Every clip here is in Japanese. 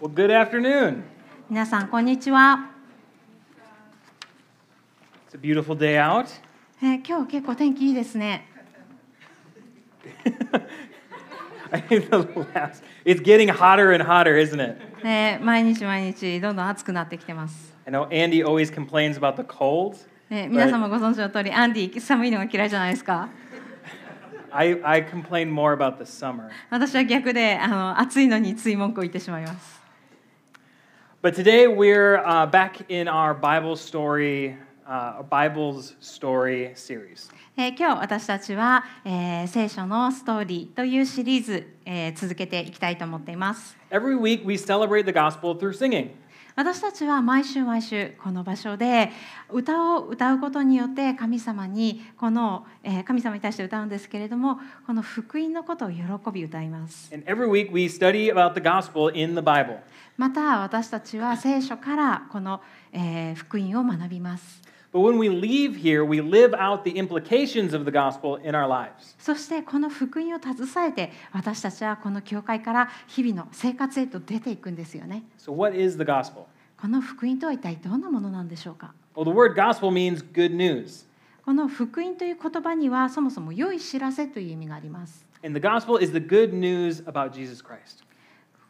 Well, good afternoon. 皆さんこんにちは、 It's a beautiful day out. えー今日結構天気いいですね I hate the last. It's getting hotter and hotter, isn't it? えー毎日毎日どんどん暑くなってきてます、 I know Andy always complains about the cold. えー皆様ご存知の通りアンディ寒いのが嫌いじゃないですか I, I complain more about the summer. 私は逆であの暑いのについ文句を言ってしまいます But today we're uh, back in our Bible story, uh, Bible's story series. えー今日私たちは、えー聖書のストーリーというシリーズ、えー続けていきたいと思っています Every week we celebrate the gospel through singing. 私たちは毎週毎週この場所で歌を歌うことによって神様にこの、えー神様に対して歌うんですけれどもこの福音のことを喜び歌います。 And every week we study about the gospel in the Bible. また私たちは聖書からこの、えー福音を学びます。 But when we leave here, we live out the implications of the gospel in our lives. そしてこの福音を携えて私たちはこの教会から日々の生活へと出ていくんですよね。 So, what is the gospel? この福音とは一体どんなものなんでしょうか Well, the word gospel means good news. この福音という言葉にはそもそも良い知らせという意味があります。 And the gospel is the good news about Jesus Christ.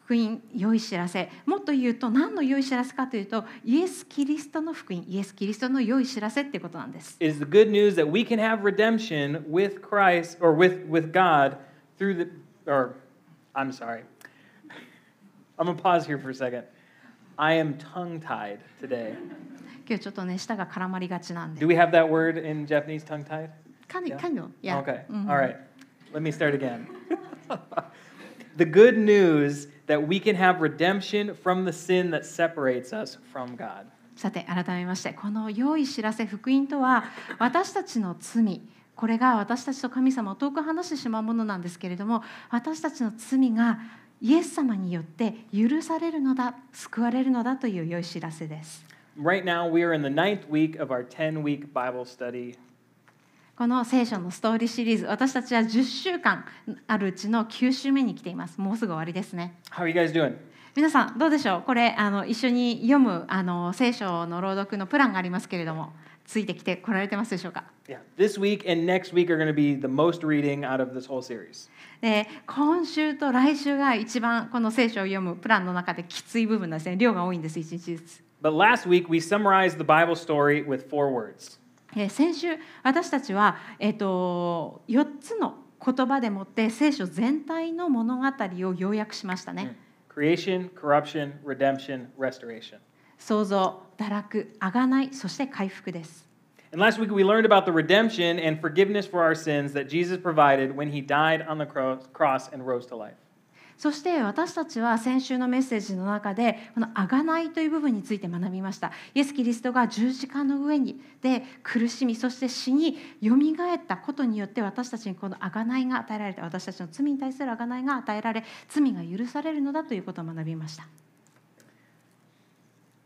福音良い知らせもっと言うと何の良い知らせかというとイエス・キリストの福音イエス・キリストの良い知らせってことなんです It is the good news that we can have redemption with Christ or with, with God through the, or I'm sorry. I'm going to pause here for a second. I am tongue tied today. 今日ちょっとね舌が絡まりがちなん Do で we have that word in Japanese, tongue tied? かに Yeah. かにの Okay. うん All right. Let me start again. the good news that we can have redemption from the sin that separates us from God. さて改めましてこの良い知らせ福音とは私たちの罪これが私たちと神様を遠く離してしまうものなんですけれども私たちの罪がイエス様によって許されるのだ救われるのだという良い知らせです Right now, we are in the ninth week of our 10 week Bible study. この聖書のストーリーシリーズ私たちは10週間あるうちの9週目に来ていますもうすぐ終わりですね How are you guys doing? 皆さんどうでしょうこれあの一緒に読むあの聖書の朗読のプランがありますけれどもついてきてこられてますでしょうか Yeah. This week and next week are going to be the most reading out of this whole series. で今週と来週が一番この聖書を読むプランの中できつい部分なんですね量が多いんです一日ずつ But last week, we summarized the Bible story with four words. えー先週私たちは、えー、と4つの言葉でもって聖書全体の物語を要約しましたね、 Creation, corruption, redemption, restoration. 創造堕落贖いそして回復です And last week we learned about the redemption and forgiveness for our sins that Jesus provided when he died on the cro- cross and rose to life. そして私たちは先週のメッセージの中でこの贖いという部分について学びましたイエス・キリストが十字架の上にで苦しみそして死によみがえったことによって私たちにこの贖いが与えられた私たちの罪に対する贖いが与えられ罪が許されるのだということを学びました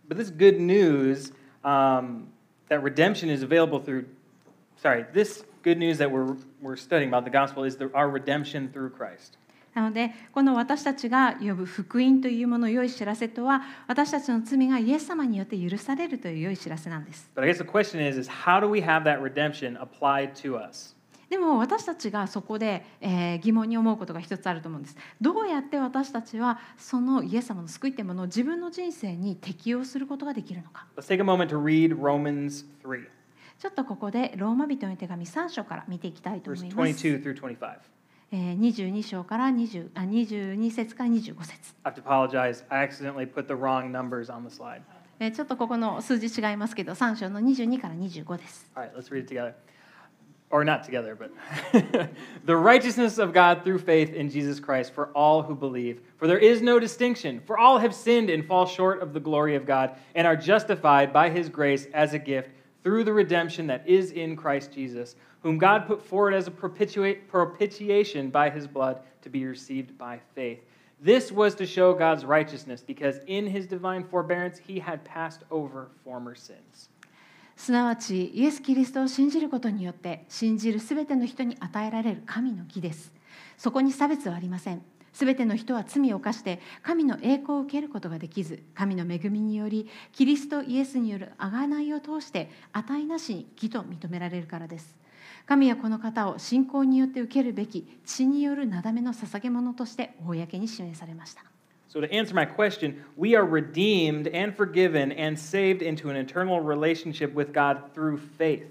But this good news um, that redemption is available through, sorry, this good news that we're, we're studying about the gospel is the, our redemption through Christ. なのでこの私たちが呼ぶ福音というもの良い知らせとは私たちの罪がイエス様によって許されるという良い知らせなんです But I guess the question is, is how do we have that redemption applied to us? でも私たちがそこで、えー疑問に思うことが一つあると思うんです。どうやって私たちはそのイエス様の救いというものを自分の人生に適用することができるのか。 Let's take a moment to read Romans 3, ちょっとここでローマ人への手紙3章から見ていきたいと verse 思います。 22 through 25. えー22章から20あ22節から25節、 I have to apologize. I accidentally put the wrong numbers on the slide. えーちょっとここの数字違いますけど3章の22から25です。 All right, let's read it together. Or not together, but the righteousness of God through faith in Jesus Christ for all who believe. For there is no distinction, for all have sinned and fall short of the glory of God, and are justified by his grace as a gift through the redemption that is in Christ Jesus, whom God put forward as a propitiate, propitiation by his blood to be received by faith. This was to show God's righteousness, because in his divine forbearance he had passed over former sins. すなわちイエス・キリストを信じることによって信じるすべての人に与えられる神の義です。そこに差別はありません。すべての人は罪を犯して神の栄光を受けることができず神の恵みによりキリストイエスによる贖いを通して値なしに義と認められるからです神はこの方を信仰によって受けるべき血によるなだめの捧げ物として公に示されました So, to answer my question, we are redeemed and forgiven and saved into an eternal relationship with God through faith.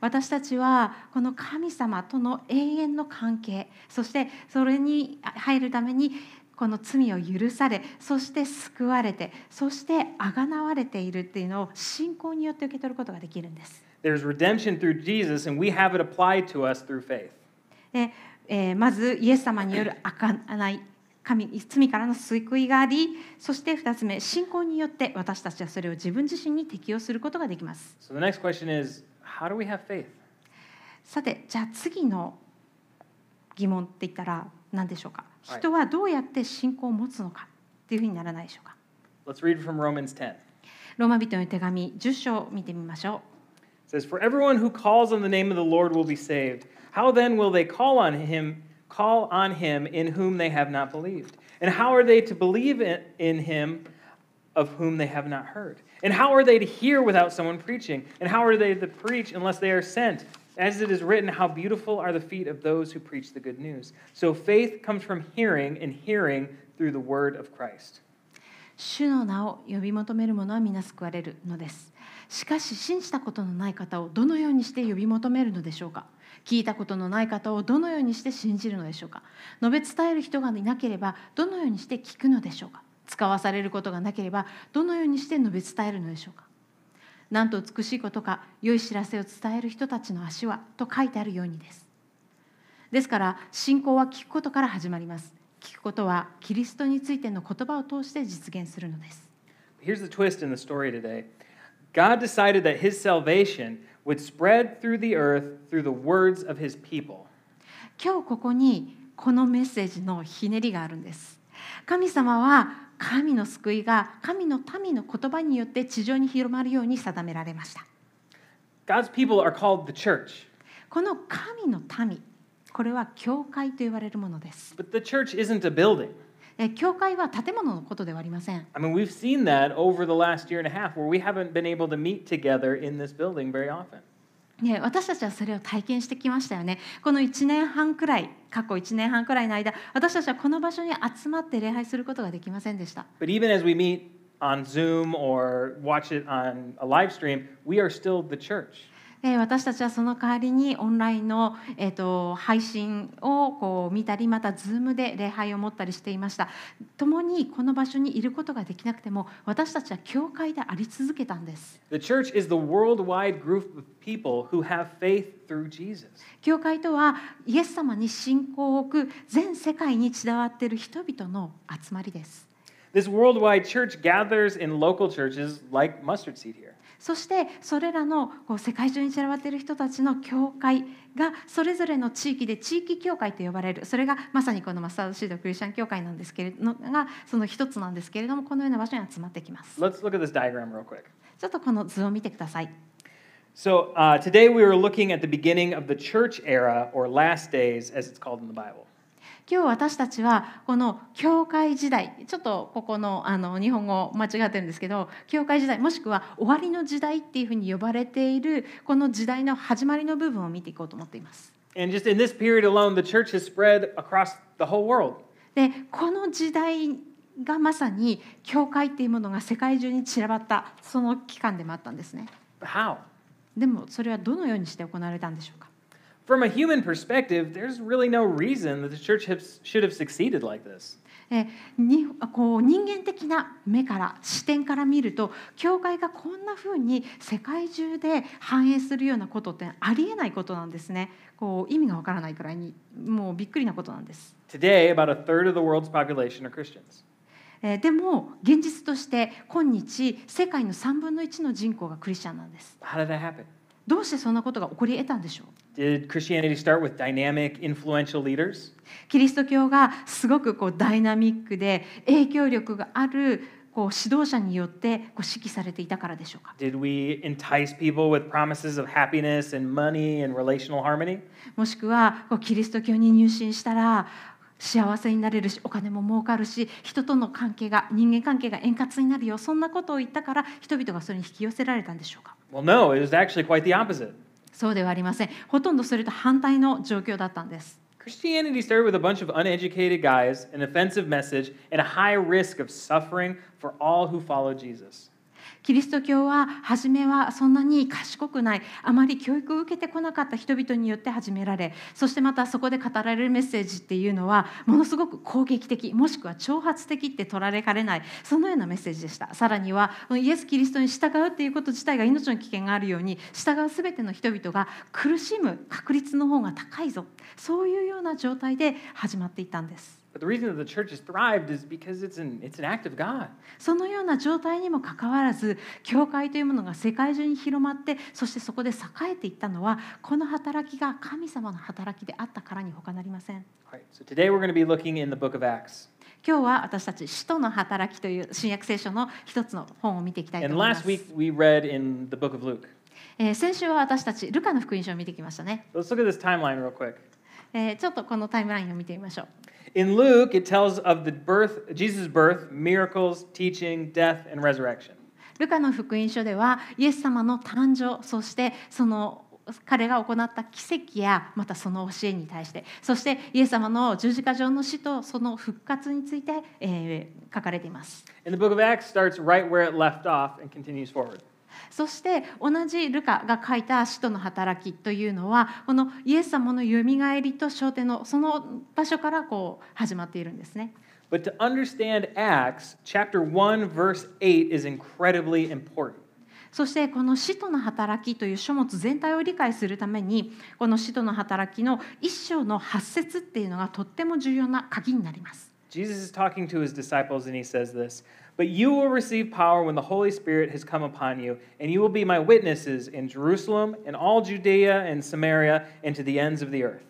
私たちはこの神様との永遠の関係そしてそれに入るためにこの罪を許されそして救われてそして贖われているっていうのを信仰によって受け取ることができるんです。 There's redemption through Jesus, and we have it applied to us through faith. でえーまずイエス様による贖い神罪からの救いがありそして2つ目信仰によって私たちはそれを自分自身に適用することができます。 So, the next question is how do we have faith? さてじゃあ次の疑問って言ったら何でしょうかはい人はどうやって信仰を持つのかっていうふうにならないでしょうか Let's read from Romans 10. It ローマ人への手紙10章を見てみましょう says, For everyone who calls on the name of the Lord will be saved. How then will they call on him? Call on him in whom they have not believed? And how are they to believe in, in him of whom they have not heard? And how are they to hear without someone preaching? And how are they to preach unless they are sent? As it is written, how beautiful are the feet of those who preach the good news. So faith comes from hearing, and hearing through the word of Christ. 主の名を呼び求める者は皆救われるのですしかし信じたことのない方をどのようにして呼び求めるのでしょうか聞いたことのない方をどのようにして信じるのでしょうか述べ伝える人がいなければどのようにして聞くのでしょうか使わされることがなければどのようにして述べ伝えるのでしょうかなんと美しいことか良い知らせを伝える人たちの足はと書いてあるようにですですから信仰は聞くことから始まります聞くことはキリストについての言葉を通して実現するのです Here's the twist in the story today God decided that his salvation would spread through the earth through the words of his people. 今日ここにこのメッセージのひねりがあるんです神様は神の救いが神の民の言葉によって地上に広まるように定められました God's people are called the church, この神の民これは教会と言われるものです but the church isn't a building. え教会は建物のことではありません I mean, we've seen that over the last year and a half where we haven't been able to meet together in this building very often. ね、私たちはそれを体験してきましたよねこの1年半くらい過去1年半くらいの間私たちはこの場所に集まって礼拝することができませんでした But even as we meet on Zoom or watch it on a live stream, we are still the church. えー私たちはその代わりにオンラインの、えー、と配信をこう見たりまた Zoom で礼拝を持ったりしていました共にこの場所にいることができなくても私たちは教会であり続けたんです The church is the worldwide group of people who have faith through Jesus. 教会とはイエス様に信仰を置く全世界に散らわっている人々の集まりです This worldwide church gathers in local churches like Mustard Seed here. そしてそれらのこう世界中に散らばっている人たちの教会がそれぞれの地域で地域教会と呼ばれるそれがまさにこのマスタードシードクリスチャン教会なんですけれどのがその一つなんですけれどもこのような場所に集まってきます Let's look at this diagram real quick. ちょっとこの図を見てください So, uh, today we were looking at the beginning of the church era, or last days, as it's called in the Bible. 今日私たちはこの教会時代ちょっとここのあの日本語間違ってるんですけど教会時代もしくは終わりの時代っていうふうに呼ばれているこの時代の始まりの部分を見ていこうと思っています And just in this period alone, the church has spread across the whole world. でこの時代がまさに教会っていうものが世界中に散らばったその期間でもあったんですね But how? でもそれはどのようにして行われたんでしょうか From a human perspective, there's really no reason that the church has, should have succeeded like this. えーにこう人間的な目から視点から見ると教会がこんなふうに世界中で繁栄するようなことってありえないことなんですねこう意味がわからないくらいにもうびっくりなことなんです Today, about a third of the world's population are Christians. えーでも現実として今日世界の3分の1の人口がクリスチャンなんです How did that happen? どうしてそんなことが起こり得たんでしょう Did Christianity start with dynamic, influential leaders? キリスト教がすごくこうダイナミックで影響力があるこう指導者によってこう指揮されていたからでしょうか Did we entice people with promises of happiness and money and relational harmony? もしくはこうキリスト教に入信したら幸せになれるしお金も儲かるし人との関係が人間関係が円滑になるよそんなことを言ったから人々がそれに引き寄せられたんでしょうか Well, no, it was actually quite the opposite. そうではありませんほとんどそれと反対の状況だったんです Christianity started with a bunch of uneducated guys, an offensive message, and a high risk of suffering for all who follow Jesus. キリスト教は初めはそんなに賢くないあまり教育を受けてこなかった人々によって始められそしてまたそこで語られるメッセージっていうのはものすごく攻撃的もしくは挑発的って取られかねないそのようなメッセージでしたさらにはイエス・キリストに従うっていうこと自体が命の危険があるように従う全ての人々が苦しむ確率の方が高いぞそういうような状態で始まっていたんです But the reason that the church has thrived is because it's an, it's an act of God. そのような状態にもかかわらず教会というものが世界中に広まってそしてそこで栄えていったのはこの働きが神様の働きであったからに他なりません All right, so today we're going to be looking in the book of Acts. 今日は私たち「使徒の働き」という新約聖書の一つの本を見ていきたいと And 思います last week we read in the book of Luke. えー先週は私たちルカの福音書を見てきましたね、 Let's look at this timeline real quick. えーちょっとこのタイムラインを見てみましょう In Luke, it tells of the birth, Jesus' birth, miracles, teaching, death, and resurrection. ルカの福音書ではイエス様の誕生そしてその彼が行った奇跡やまたその教えに対してそしてイエス様の十字架上の死とその復活について、えー書かれています And the book of Acts starts right where it left off and continues forward. そして同じルカが書いた「使徒の働き」というのはこのイエス様のよみがえりと昇天のその場所からこう始まっているんですね But to understand Acts, chapter 1, verse 8 is incredibly important. そしてこの「使徒の働き」という書物全体を理解するためにこの「使徒の働き」の一章の八節っていうのがとっても重要な鍵になります。 Jesus is talking to his disciples and he says this But you will receive power when the Holy Spirit has come upon you, and you will be my witnesses in Jerusalem and all Judea and Samaria and to the ends of the earth.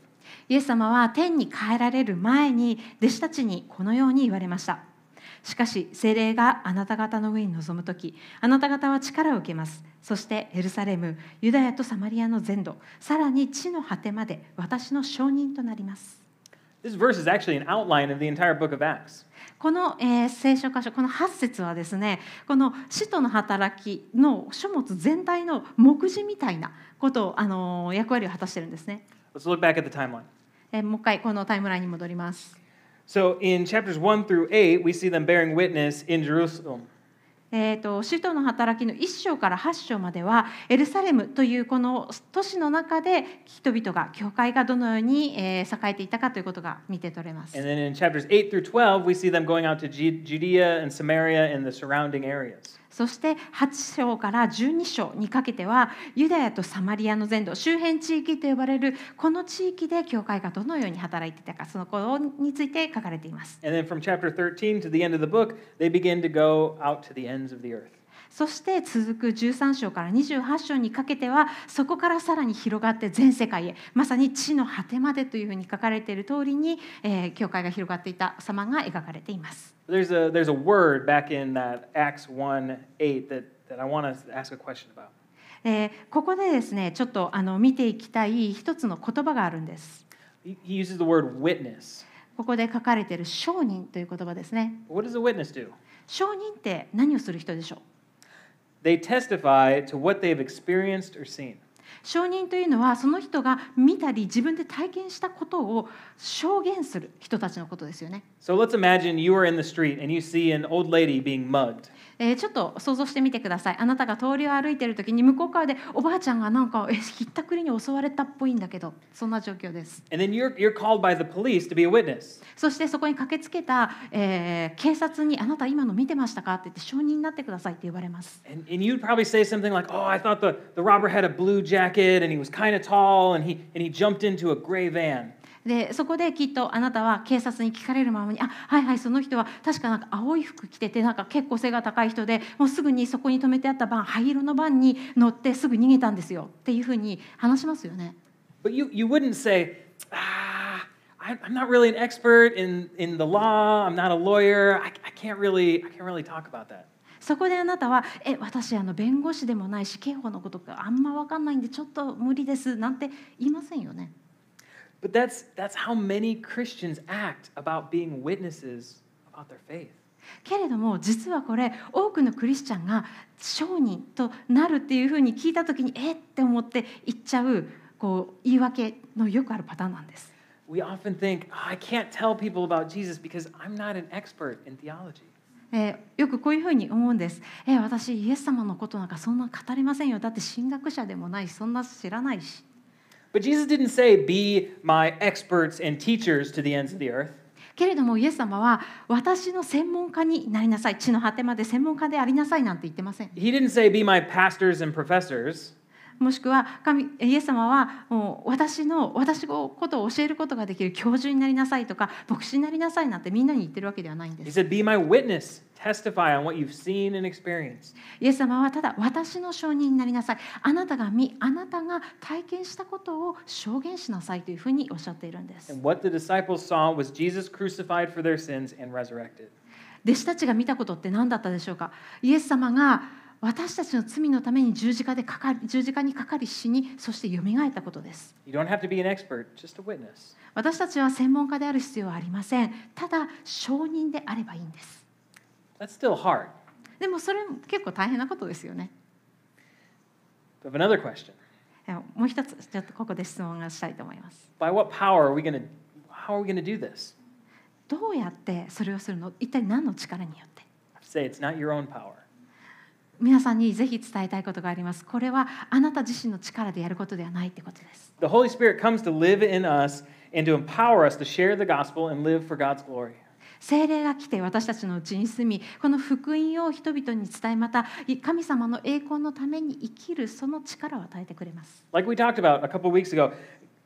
イエス様は天に帰られる前に弟子たちにこのように言われました。しかし聖霊があなた方の上に臨む時あなた方は力を受けます。そしてエルサレムユダヤとサマリアの全土さらに地の果てまで私の証人となります。 This verse is actually an outline of the entire book of Acts. この、えー聖書箇所この8節はですねこの「使徒の働き」の書物全体の目次みたいなことを、あのー役割を果たしてるんですね、 Let's look back at the timeline. えーもう一回このタイムラインに戻ります、 So in chapters 1 through 8, we see them bearing witness in Jerusalem. えーと「使徒の働き」の1章から8章まではエルサレムというこの都市の中で人々が教会がどのように、えー栄えていたかということが見て取れます。 And then in chapters 8 through 12, we see them going out to Ju- Judea and Samaria and the surrounding areas. そして8章から12章にかけてはユダヤとサマリアの全土周辺地域と呼ばれるこの地域で教会がどのように働いていたかそのことについて書かれています And then from chapter 13 to the end of the book, they begin to go out to the ends of the earth. そして続く13章から28章にかけてはそこからさらに広がって全世界へまさに地の果てまでというふうに書かれている通りに、えー教会が広がっていた様が描かれています There's a, there's a word back in that Acts 1 8 that, that I want to ask a question about. えーここでですねちょっとあの見ていきたい一つの言葉があるんです He, he uses the word witness. ここで書かれている商人という言葉ですね What does a witness do? 証人って何をする人でしょう They testify to what they've experienced or seen. 証人というのはその人が見たり自分で体験したことを証言する人たちのことですよね、 So let's imagine you are in the street and you see an old lady being mugged. えーちょっと想像してみてくださいあなたが通りを歩いている時に向こう側でおばあちゃんがなんかえひったくりに襲われたっぽいんだけどそんな状況です And then you're, you're called by the police to be a witness. そしてそこに駆けつけた、えー警察に「あなた今の見てましたか?」って言って証人になってくださいって言われます And, and you'd probably say something like, Oh, I thought the, the robber had a blue jacket and he was kind of tall and he, and he jumped into a gray van. でそこできっとあなたは警察に聞かれるままに「あはいはいその人は確かなんか青い服着ててなんか結構背が高い人でもうすぐにそこに止めてあったバン灰色のバンに乗ってすぐ逃げたんですよ」っていうふうに話しますよね。 But you, you wouldn't say, Ah, I, I'm not really an expert in, in the law. I'm not a lawyer. I, I, can't really, I can't really talk about that. そこであなたは「え私あの弁護士でもないし刑法のことがあんま分かんないんでちょっと無理です」なんて言いませんよね。 But that's, that's how many Christians act about being witnesses about their faith. けれども実はこれ多くのクリスチャンが商人となるっていうふうに聞いた時にえっって思って言っちゃうこう言い訳のよくあるパターンなんです。 We often think, "Oh, I can't tell people about Jesus because I'm not an expert in theology. えーよくこういうふうに思うんです、えー私イエス様のことなんかそんな語りませんよだって神学者でもないしそんな知らないし But Jesus didn't say, Be my experts and teachers to the ends of the earth. けれどもイエス様は私の専門家になりなさい地の果てまで専門家でありなさいなんて言ってません He didn't say, Be my pastors and professors. もしくは神イエス様はもう私の私のことを教えることができる教授になりなさいとか牧師になりなさいなんてみんなに言ってるわけではないんで He す。 said, Be my witness. Testify on what you've seen and experienced. イエス様はただ私の証人になりなさいあなたが見あなたが体験したことを証言しなさいというふうにおっしゃっているんです And。what the disciples saw was Jesus crucified for their sins and resurrected. 弟子たちが見たことって何だったでしょうかイエス様が私たちの罪のために十字架でかかり十字架にかかり死にそしてよみがえったことです。 You don't have to be an expert, just a witness. 私たちは専門家である必要はありませんただ証人であればいいんです。 That's still hard. でもそれも結構大変なことですよね。 But I have another question. えもう一つちょっとここで質問がしたいと思います。 By what power are we going to how are we going to do this? どうやってそれをするの？一体何の力によって？ I have to say it's not your own power. 皆さんにぜひ伝えたいことがあります。これはあなた自身の力でやることではないってことです。 The Holy Spirit comes to live in us and to empower us to share the gospel and live for God's glory. 聖霊が来て私たちのうちに住み、この福音を人々に伝え、またい神様の栄光のために生きるその力を与えてくれます。 Like we talked about a couple weeks ago,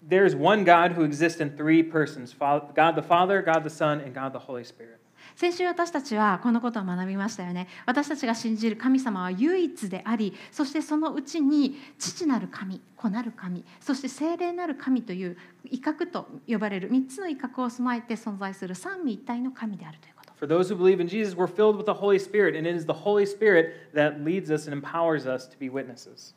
there's one God who exists in three persons Fa- God the Father, God the Son, and God the Holy Spirit. 先週私たちはこのことを学びましたよね私たちが信じる神様は唯一でありそしてそのうちに父なる神子なる神そして聖霊なる神という威嚇と呼ばれる3つの威嚇を備えて存在する三位一体の神であるということ For those who believe in Jesus, we're filled with the Holy Spirit, and it is the Holy Spirit that leads us and empowers us to be witnesses.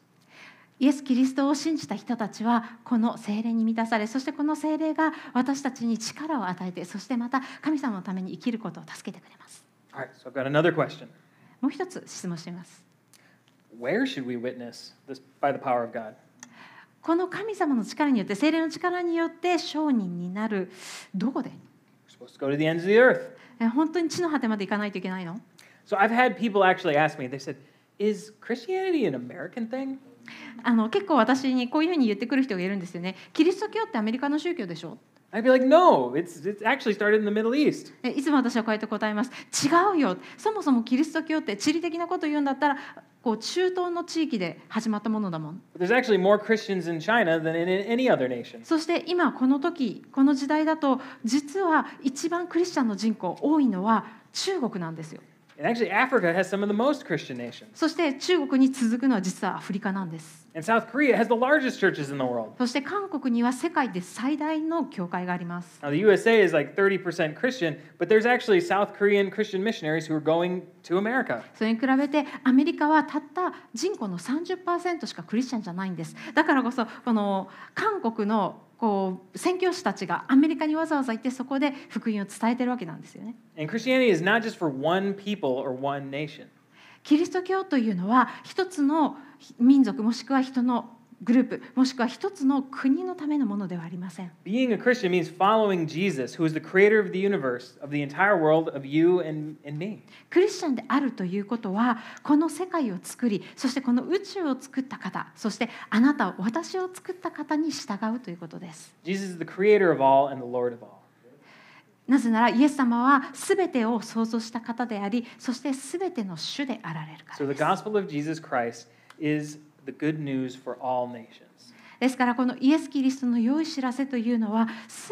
イエス・キリストを信じた人たちはこの聖霊に満たされそしてこの聖霊が私たちに力を与えてそしてまた神様のために生きることを助けてくれます All right, so I've got another question. もう一つ質問してみます Where should we witness this by the power of God? この神様の力によって聖霊の力によって商人になるどこで We're supposed to go to the ends of the earth. え本当に地の果てまで行かないといけないの So I've had people actually ask me, they said, Is Christianity an American thing? あの結構私にこういうふうに言ってくる人がいるんですよねキリスト教ってアメリカの宗教でしょ I'd be like, No, it's, it's actually started in the Middle East. えいつも私はこうやって答えます違うよそもそもキリスト教って地理的なこと言うんだったらこう中東の地域で始まったものだもん But there's actually more Christians in China than in any other nation. そして今この時この時代だと実は一番クリスチャンの人口多いのは中国なんですよ And actually, Africa has some of the most Christian nations. そして中国に続くのは実はアフリカなんです And South Korea has the largest churches in the world. そして韓国には世界で最大の教会があります。 Now, the USA is like 30% Christian, but there's actually South Korean Christian missionaries who are going to America. それに比べてアメリカはたった人口の30%しかクリスチャンじゃないんです。だからこそこの韓国のこう宣教師たちがアメリカにわざわざ行ってそこで福音を伝えてるわけなんですよね。 And Christianity is not just for one people or one nation. キリスト教というのは一つの民族もしくは人のグループもしくは一つの国のためのものではありません。 Being a Christian means following Jesus, who is the creator of the universe, of the entire world, of you and, and me. クリスチャンであるということはこの世界を作りそしてこの宇宙を作った方そしてあなたを私を作った方に従うということです Jesus is the creator of all and the Lord of all. なぜならイエス様は全てを創造した方でありそして全ての主であられるか So ら the です gospel of Jesus Christ is the good news for all nations. ですからこのイエス・キリストの良い知らせというのは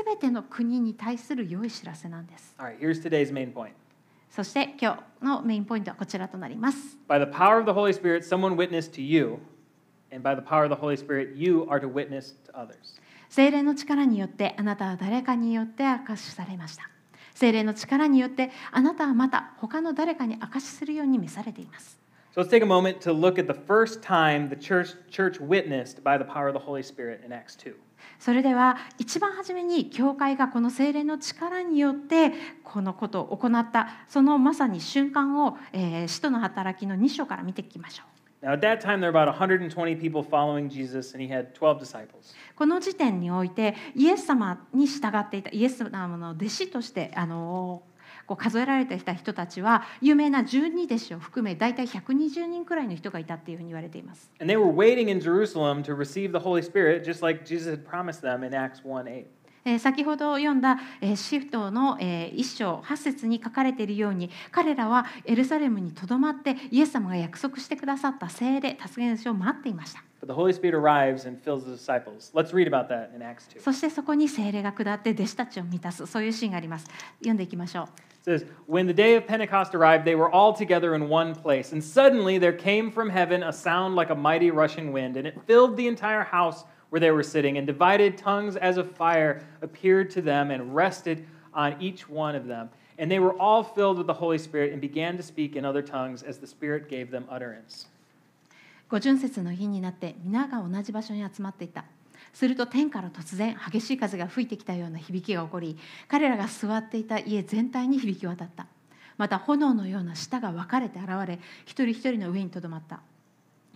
全ての国に対する良い知らせなんです All right, here's today's main point. そして今日のメインポイントはこちらとなります By the power of the Holy Spirit, someone witnessed to you, and by the power of the Holy Spirit, you are to witness to others. 聖霊の力によってあなたは誰かによって明かしされました聖霊の力によってあなたはまた他の誰かに明かしするように召されています So let's take a moment to look at the first time the church, church witnessed by the power of the Holy Spirit in Acts 2. それでは一番初めに教会がこの精霊の力によってこのことを行ったそのまさに瞬間を、えー使徒の働きの2章から見ていきましょう。 Now, at that time, there were about 120 people following Jesus, and he had 12 disciples. この時点においてイエス様に従っていたイエス様の弟子としてあのこう数えられていた人たちは有名な12弟子を含め大体120人くらいの人がいたっていうふうに言われています。 And they were waiting in Jerusalem to receive the Holy Spirit, just like Jesus had promised them in Acts 1 8. えー先ほど読んだ、えーシフトの、え1章8節に書かれているように彼らはエルサレムにとどまってイエス様が約束してくださった聖霊達現書を待っていました But the Holy Spirit arrives and fills the disciples. Let's read about that in Acts 2. そしてそこに聖霊が下って弟子たちを満たすそういうシーンがあります読んでいきましょう It says, When the day of Pentecost arrived, they were all together in one place, and suddenly there came from heaven a sound like a mighty rushing wind, and it filled the entire house where they were sitting, and divided tongues as of fire appeared to them and rested on each one of them. And they were all filled with the Holy Spirit and began to speak in other tongues as the Spirit gave them utterance. 五巡節の日になって皆が同じ場所に集まっていたすると天から突然激しい風が吹いてきたような響きが起こり彼らが座っていた家全体に響き渡ったまた炎のような舌が分かれて現れ一人一人の上にとどまった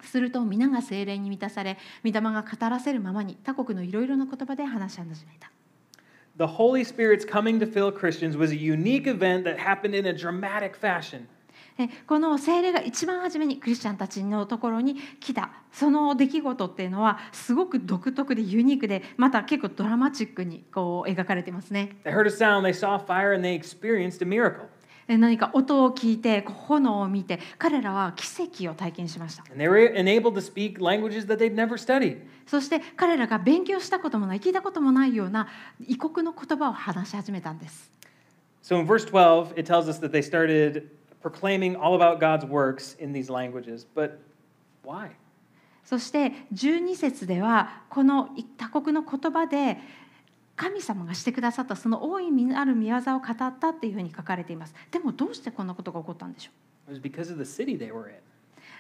すると皆が精霊に満たされ御霊が語らせるままに他国のいろいろな言葉で話し始めた The Holy Spirit's coming to fill Christians was a unique event that happened in a dramatic fashion. えこの精霊が一番初めにクリスチャンたちのところに来たその出来事っていうのはすごく独特でユニークでまた結構ドラマチックにこう描かれてますね They heard a sound, they saw fire, and they experienced a miracle. え何か音を聞いてこう炎を見て彼らは奇跡を体験しました And they were enabled to speak languages that they'd never studied. そして彼らが勉強したこともない聞いたこともないような異国の言葉を話し始めたんです So in verse 12, it tells us that they started proclaiming all about God's works in these languages. But why? そして12節ではこの他国の言葉で神様がしてくださったその大いにある宮業を語ったっていうふうに書かれていますでもどうしてこんなことが起こったんでしょ It was because of the city they were in.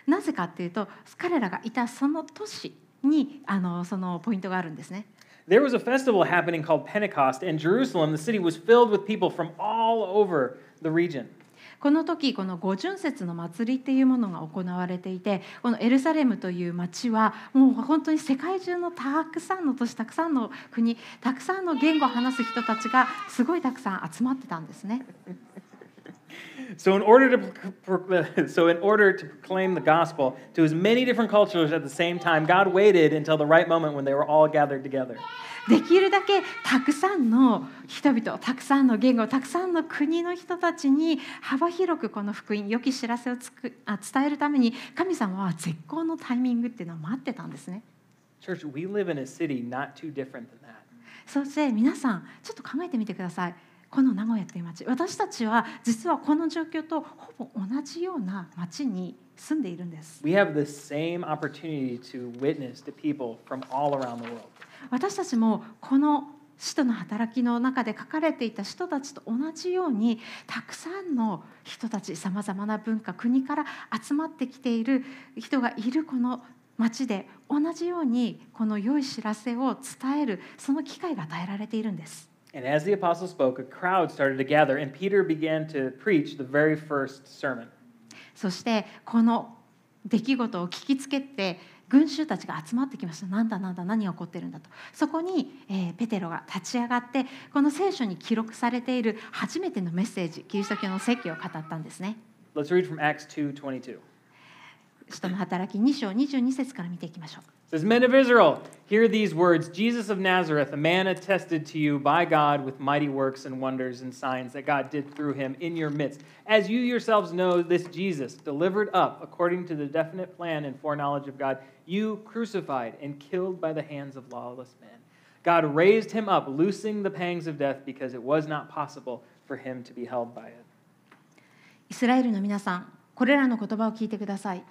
うなぜかっていうと彼らがいたその都市にあのそのポイントがあるんですね There was a festival happening called Pentecost, and Jerusalem, the city, was filled with people from all over the region. この時この五巡節の祭りっていうものが行われていてこのエルサレムという町はもう本当に世界中のたくさんの都市たくさんの国たくさんの言語を話す人たちがすごいたくさん集まってたんですね。 So in order to pro- pro- so in order to proclaim the gospel to as many different cultures at the same time, God waited until the right moment when they were all gathered together. できるだけたくさんの人々たくさんの言語たくさんの国の人たちに幅広くこの福音良き知らせをつくあ伝えるために神様は絶好のタイミングっていうのを待ってたんですね Church, we live in a city not too different than that. そして皆さんちょっと考えてみてくださいこの名古屋という町私たちは実はこの状況とほぼ同じような町に住んでいるんです We have the same opportunity to witness to people from all around the world. 私たちもこの使徒の働きの中で書かれていた人たちと同じようにたくさんの人たちさまざまな文化国から集まってきている人がいるこの町で同じようにこの良い知らせを伝えるその機会が与えられているんです。 And as the apostle spoke, a crowd started to gather, and Peter began to preach the very first sermon. そしてこの出来事を聞きつけて群衆たちが集まってきましたなんだなんだ何が起こってるんだとそこに、えーペテロが立ち上がってこの聖書に記録されている初めてのメッセージキリスト教の説教を語ったんですね Let's read from Acts 2:22. It 使徒の働き2章22節から見ていきましょう says, "Men of Israel, hear these words: Jesus of Nazareth, a man attested to you by God with mighty works and wonders and signs that God did through him in your midst. As you yourselves know, this Jesus, delivered up according to the definite plan and foreknowledge of God, you crucified and killed by the hands of lawless men. God raised him up, loosing the pangs of death because it was not possible for him to be held by it." イスラエルの皆さん、これらの言葉を聞いてください。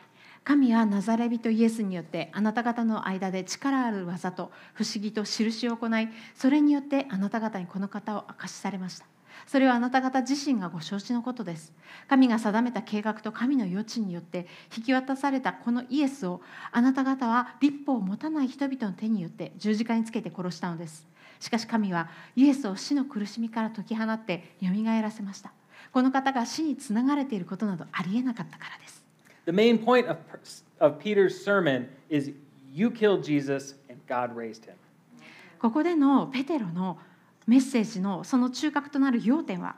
神はナザレ人イエスによってあなた方の間で力ある技と不思議と印を行い、それによってあなた方にこの方を明かしされました。それはあなた方自身がご承知のことです神が定めた計画と神の余地によって引き渡されたこのイエスをあなた方は立法を持たない人々の手によって十字架につけて殺したのですしかし神はイエスを死の苦しみから解き放ってよみがえらせましたこの方が死につながれていることなどありえなかったからです The main point of, of Peter's sermon is you killed Jesus and God raised him. ここでのペテロのメッセージのその中核となる要点は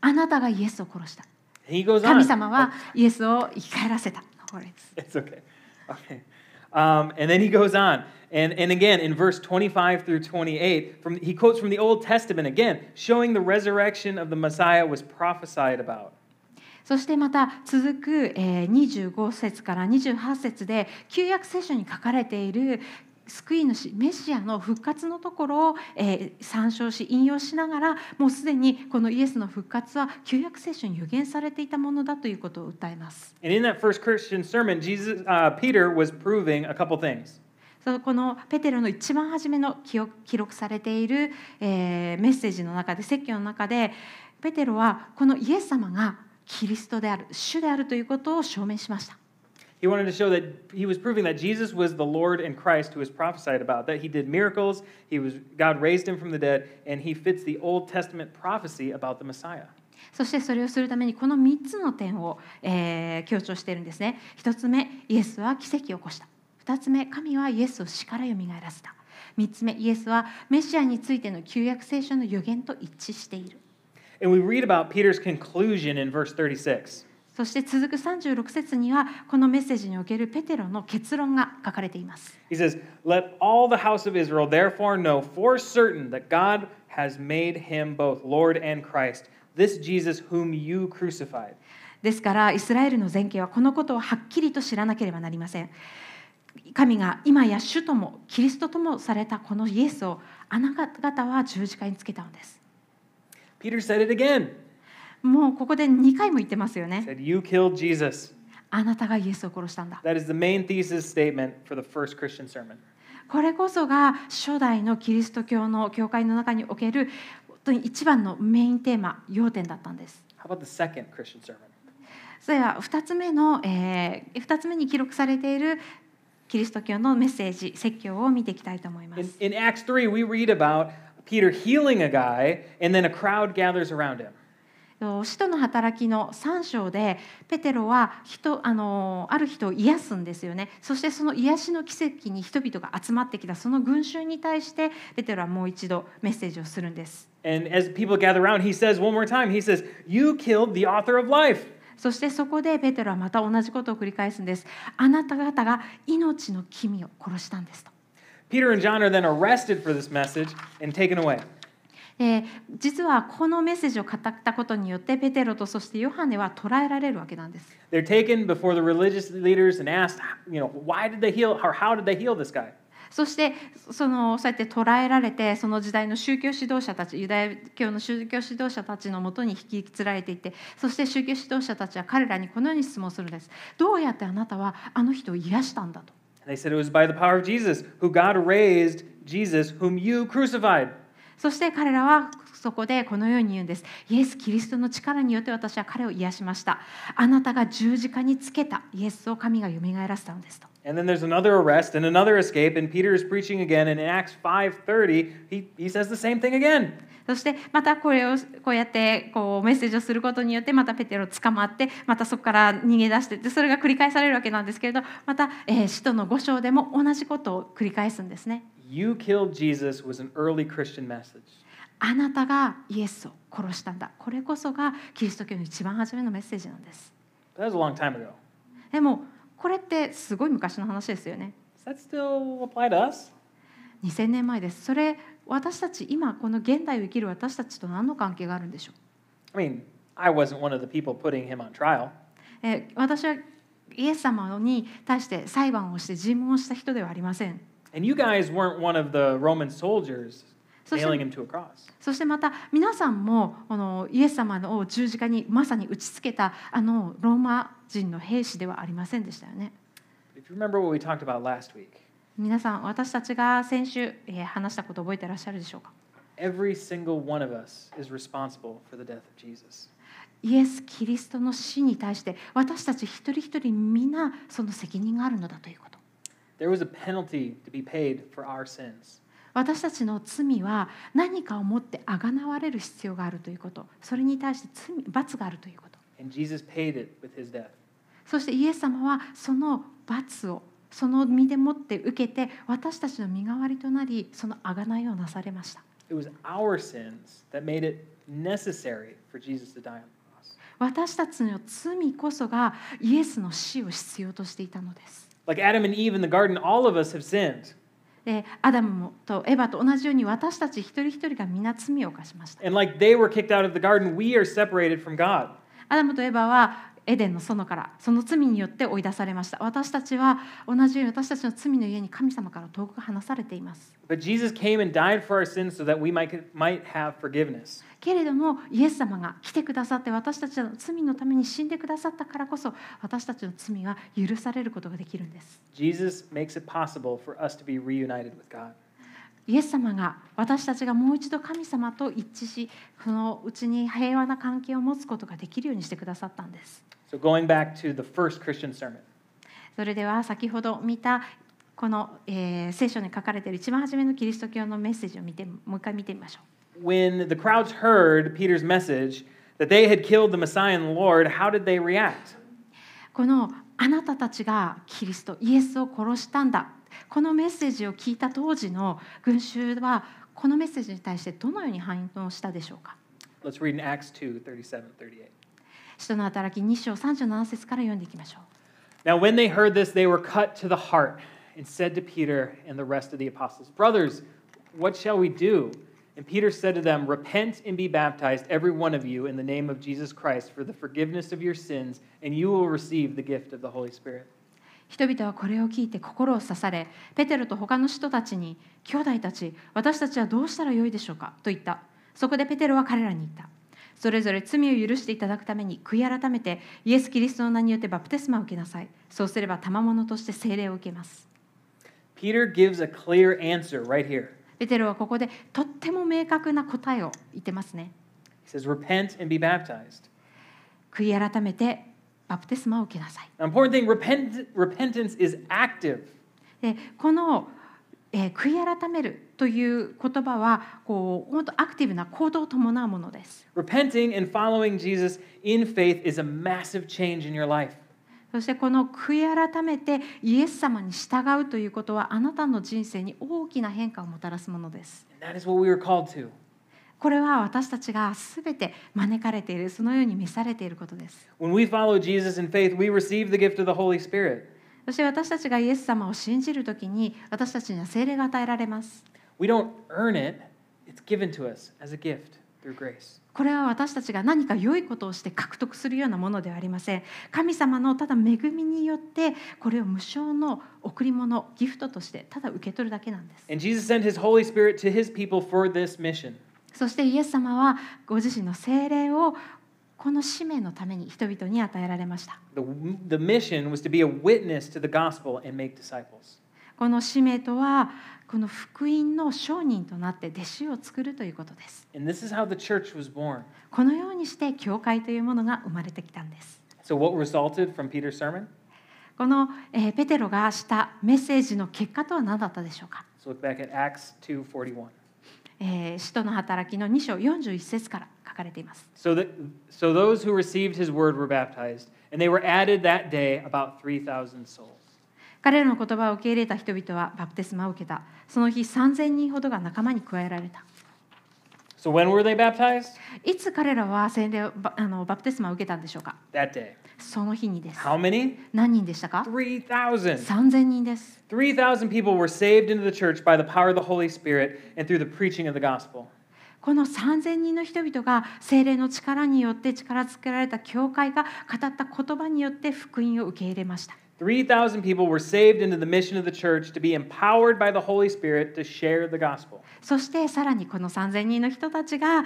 あなたがイエスを殺した And he goes 神 on. 様はイエスを生き返らせたのこれで す It's okay. Okay. Um, and then he goes on. And, and again, in verse 25 through 28, from, he quotes from the Old Testament again, showing the resurrection of the Messiah was prophesied about. そしてまた続くえー25節から28節で旧約聖書に書かれている救い主メシアの復活のところをえー参照し引用しながらもうすでにこのイエスの復活は旧約聖書に予言されていたものだということを訴えます And in that first Christian sermon, Jesus, uh, Peter was proving a couple things. そのこのペテロの一番初めの記憶記録されている、えーメッセージの中で説教の中でペテロはこのイエス様がキリストである主であるということを証明しました He wanted to show that he was proving that Jesus was the Lord and Christ who was prophesied about, that he did miracles, he was, God raised him from the dead, and he fits the Old Testament prophecy about the Messiah. そしてそれをするためにこの3つの点を、えー強調しているんですね1つ目イエスは奇跡を起こした2つ目神はイエスを死からよみがえらせた3つ目イエスはメシアについての旧約聖書の予言と一致している And we read about Peter's conclusion in verse 36. そして続く36節にはこのメッセージにおけるペテロの結論が書かれています He says, Let all the house of Israel therefore know for certain that God has made him both Lord and Christ, this Jesus whom you crucified. ですからイスラエルの前景はこのことをはっきりと知らなければなりません神が今や主ともキリストともされたこのイエスをあなた方は十字架につけたのです Peter said it again. もうここで2回も言ってますよ He ね said, You killed Jesus. あなたがイエスを殺したんだ That is the main thesis statement for the first Christian sermon. これこそが初代のキリスト教の教会の中における本当に一番のメインテーマ要点だったんです How about the second Christian sermon? それは2つ目の、えー、2つ目に記録されているキリスト教のメッセージ説教を見ていきたいと思います In, in Acts 3, we read about Peter healing a guy, and then a crowd gathers around him. と使徒の働きの3章でペテロは人あのある人を癒すんですよねそしてその癒しの奇跡に人々が集まってきたその群衆に対してペテロはもう一度メッセージをするんです And as people gather around, he says one more time, he says, You killed the author of life. そしてそこでペテロはまた同じことを繰り返すんですあなた方が命の君を殺したんですと Peter and John are then arrested for this message and taken away. えー実はこのメッセージを語ったことによってペテロとそしてヨハネは捕らえられるわけなんです They're taken before the religious leaders and asked, you know, why did they heal or how did they heal this guy? そしてそのそうやって捕らえられてその時代の宗教指導者たちユダヤ教の宗教指導者たちのもとに引きつられていてそして宗教指導者たちは彼らにこのように質問するんですどうやってあなたはあの人を癒したんだと And they said it was by the power of Jesus, who God raised Jesus, whom you crucified. そして彼らはそこでこのように言うんですイエス・キリストの力によって私は彼を癒しましたあなたが十字架につけたイエスを神がよみがえらせたのですと And then there's another arrest and another escape, and Peter is preaching again. And in Acts 5:30, he, he says the same thing again. そしてまたこれをこうやってこうメッセージをすることによってまたペテロ捕まってまたそこから逃げ出してでそれが繰り返されるわけなんですけれどまた、えー使徒の5章でも同じことを繰り返すんですね。 You killed Jesus was an early Christian message. あなたがイエスを殺したんだこれこそがキリスト教の一番初めのメッセージなんです。 That was a long time ago. でもこれってすごい昔の話ですよね。 Does that still apply to us? 2000年前です。それ私たち今この現代を生きる私たちと何の関係があるんでしょう I mean, I wasn't one of the people putting him on trial. えー私はイエス様に対して裁判をして尋問をした人ではありません And you guys weren't one of the Roman soldiers そし nailing て him to a cross. そしてまた皆さんもあのイエス様を十字架にまさに打ちつけたあのローマ人の兵士ではありませんでしたよね If you remember what we talked about last week, 皆さん私たちが先週、えー話したこと覚えてらっしゃるでしょうか every single one of us is responsible for the death of Jesus. イエス・キリストの死に対して私たち一人一人皆その責任があるのだということ There was a penalty to be paid for our sins. 私たちの罪は何かをもってあがなわれる必要があるということそれに対して罪罰があるということ And Jesus paid it with his death. そしてイエス様はその罰をその身でもって受けて私たちの身代わりとなりそのあがないをなされました It was our sins that made it necessary for Jesus to die on the cross. 私たちの罪こそがイエスの死を必要としていたのです Like Adam and Eve in the garden, all of us have sinned. でアダムもとエバと同じように私たち一人一人が皆罪を犯しました And like they were kicked out of the garden, we are separated from God. アダムとエバはエデンの園からその罪によって追い出されました私たちは同じように私たちの罪のゆえに神様から遠く離されています But Jesus came and died for our sins so that we might, might have forgiveness. けれどもイエス様が来てくださって私たちの罪のために死んでくださったからこそ私たちの罪は許されることができるんです Jesus makes it possible for us to be reunited with God. イエス様が私たちがもう一度神様と一致しそのうちに平和な関係を持つことができるようにしてくださったんです So, going back to the first Christian sermon, それでは先ほど見たこの、えー聖書に書かれている一番初めのキリスト教のメッセージを見てもう一回見てみましょう。 when the crowds heard Peter's message that they had killed the Messiah and the Lord, how did they react? このあなたたちがキリストイエスを殺したんだこのメッセージを聞いた当時の群衆はこのメッセージに対してどのように反応したでしょうか Let's read in Acts 2 37 38. 使徒の働き2章37節から読んでいきましょう。 Now, when they heard this, they were cut to the heart and said to Peter and the rest of the apostles, Brothers, what shall we do? And Peter said to them, Repent and be baptized, every one of you, in the name of Jesus Christ, for the forgiveness of your sins, and you will receive the gift of the Holy Spirit. 人々はこれを聞いて心を刺されペテロと他の人たちに「兄弟たち私たちはどうしたらよいでしょうか?」と言ったそこでペテロは彼らに言ったそれぞれ罪を許していただくために悔い改めてイエス・キリストの名によってバプテスマを受けなさいそうすれば賜物として聖霊を受けます Peter gives a clear answer right here. ペテロはここでとっても明確な答えを言ってますね He says, Repent and be baptized. 悔い改めてバプテスマを受けなさい Now, important thing repent, repentance is active. でこの、えー悔い改める」という言葉はこう本当アクティブな行動を伴うものです。 Repenting and following Jesus in faith is a massive change in your life. そしてこの悔い改めてイエス様に従うということはあなたの人生に大きな変化をもたらすものです。 And that is what we were called to. これは私たちがすべて招かれているそのように召されていることです。 When we follow Jesus in faith, we receive the gift of the Holy Spirit. そして私たちがイエス様を信じるときに私たちには聖霊が与えられます。 We don't earn it, it's given to us as a gift through grace. これは私たちが何か良いことをして獲得するようなものではありません。神様のただ恵みによってこれを無償の贈り物ギフトとしてただ受け取るだけなんです。 And Jesus sent his Holy Spirit to his people for this mission. そしてイエス様はご自身の聖霊をこの使命のために人々に与えられました。 The, the mission was to be a witness to the gospel and make disciples. この使命とはこの福音の商人となって弟子を作るということです。 And this is how the church was born. このようにして教会というものが生まれてきたんです。 So, what resulted from Peter's sermon? この、えーペテロがしたメッセージの結果とは何だったでしょうか。 Let's look back at Acts 2:41. えー、使徒の働きの2章41節から書かれています。 So, that, so those who received his word were baptized, and they were added that day about 3,000 souls. 彼らの言葉を受け入れた人々はバプテスマを受けた。その日3000人ほどが仲間に加えられた。 So when were they baptized? いつ彼らは洗礼をばあのバプテスマを受けたんでしょうか That day. その日にです。 How many? 何人でしたか 3,000. 3000人です。 3,000 people were saved into the church by the power of the Holy Spirit and through the preaching of the gospel. この3000人の人々が精霊の力によって力づけられた教会が語った言葉によって福音を受け入れました。 3,000 people were saved into the mission of the church to be empowered by the Holy Spirit to share the gospel. そしてさらにこの3000人の人たちが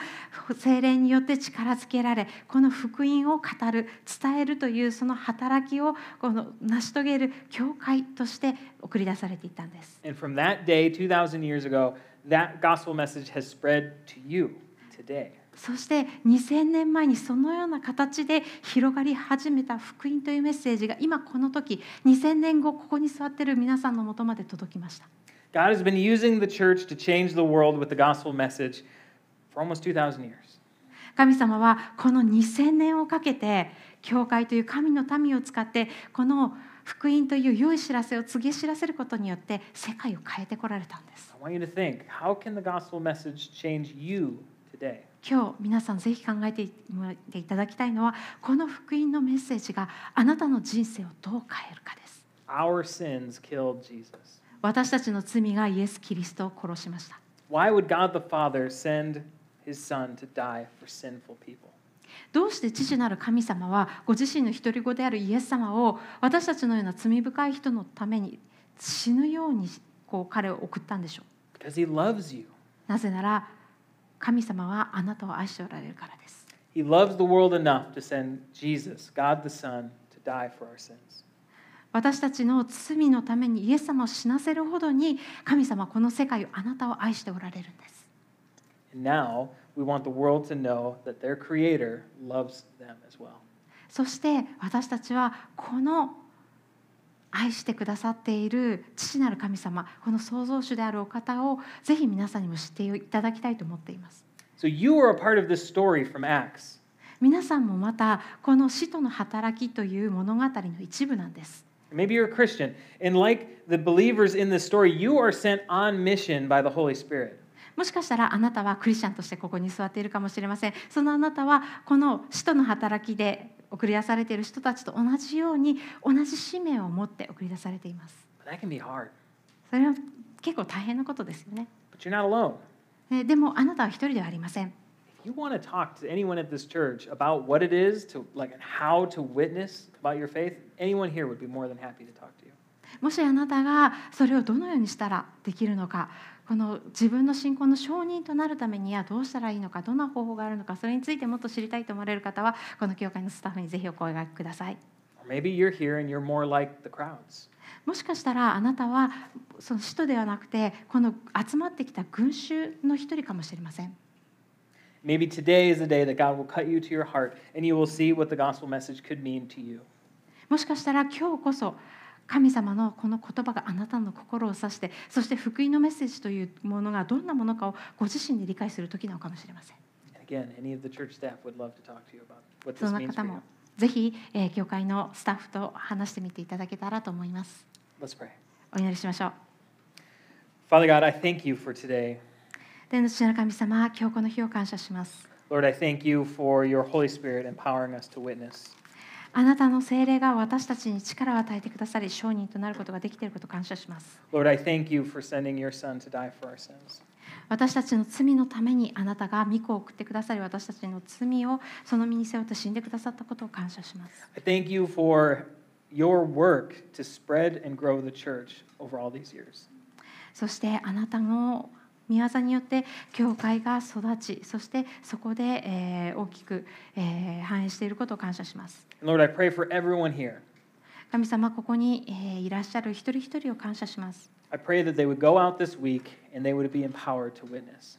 精霊によって力づけられこの福音を語る伝えるというその働きをこの成し遂げる教会として送り出されていったんです。 And from that day, 2,000 years ago, that gospel message has spread to you today. そして2000年前にそのような形で広がり始めた福音というメッセージが今この時2000年後ここに座っている皆さんのもとまで届きました God has been using the church to change the world with the gospel message for almost 2,000 years. 神様はこの2000年をかけて教会という神の民を使ってこの福音という良い知らせを告げ知らせることによって世界を変えてこられたんです I want you to think how can the gospel message change you today? 今日皆さんぜひ考えていただきたいのはこの福音のメッセージがあなたの人生をどう変えるかです Our sins killed Jesus. 私たちの罪がイエス・キリストを殺しました Why would God the Father send his son to die for sinful people? どうして父なる神様はご自身の独り子であるイエス様を私たちのような罪深い人のために死ぬようにこう彼を送ったんでしょう Because he loves you. なぜなら神様はあなたを愛しておられるからです He loves the world enough to send Jesus, God the Son, to die for our sins. 私たちの罪のためにイエス様を死なせるほどに神様はこの世界をあなたを愛しておられるんです And now we want the world to know that their Creator loves them as well. そして私たちはこの愛してくださっている父なる神様この創造主であるお方をぜひ皆さんにも知っていただきたいと思っています So you were a part of this story from Acts. 皆さんもまたこの使徒の働きという物語の一部なんです Maybe you're a Christian. And like the believers in this story, you are sent on mission by the Holy Spirit. もしかしたらあなたはクリスチャンとしてここに座っているかもしれませんそのあなたはこの使徒の働きで送り出されている人たちと同じように同じ使命を持って送り出されています But that can be hard. それは結構大変なことですよね But you're not alone. えでもあなたは一人ではありません If you want to talk to anyone at this church about what it is to like and how to witness about your faith, anyone here would be more than happy to talk to you. もしあなたがそれをどのようにしたらできるのかこの自分の信仰の証人となるためにはどうしたらいいのかどんな方法があるのかそれについてもっと知りたいと思われる方はこの教会のスタッフにぜひお声がけください Or maybe you're here and you're more like the crowds. もしかしたらあなたはその使徒ではなくてこの集まってきた群衆の一人かもしれません Maybe today is the day that God will cut you to your heart and you will see what the gospel message could mean to you. もしかしたら今日こそ神様のこの言葉があなたの心を指してそして福音のメッセージというものがどんなものかをご自身で理解する時なのかもしれません And again, any of the church staff would love to talk to you about what そ this んな means 方 for も you. ぜひ、えー教会のスタッフと話してみていただけたらと思います Let's pray. お祈りしましょう Father God, I thank you for today. 天の父なる神様今日この日を感謝します Lord, I thank you for your Holy Spirit empowering us to witness. あなたの精霊が私たちに力を与えてくださり商人となることができていることを感謝します Lord, I thank you for sending your Son to die for our sins. 私たちの罪のためにあなたが御子を送ってくださり私たちの罪をその身に背負って死んでくださったことを感謝します I thank you for your work to spread and grow the church over all these years. そしてあなたの御業によって教会が育ちそしてそこで、えー大きく、えー繁栄していることを感謝します And Lord, I pray for everyone here. 神様ここに、えーいらっしゃる一人一人を感謝します I pray that they would go out this week and they would be empowered to witness.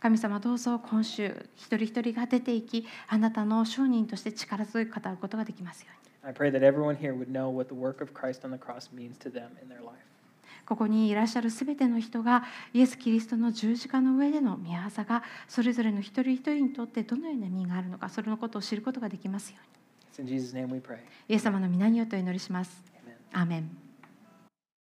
神様どうぞ今週一人一人が出ていきあなたの商人として力強い語ることができますように I pray that everyone here would know what the work of Christ on the cross means to them in their life. ここにいらっしゃるすべての人がイエス・キリストの十字架の上での見合わさがそれぞれの一人一人にとってどのような意味があるのかそれのことを知ることができますよ It's う in Jesus' name we pray. にイエス様の皆によってお祈りします Amen. アーメン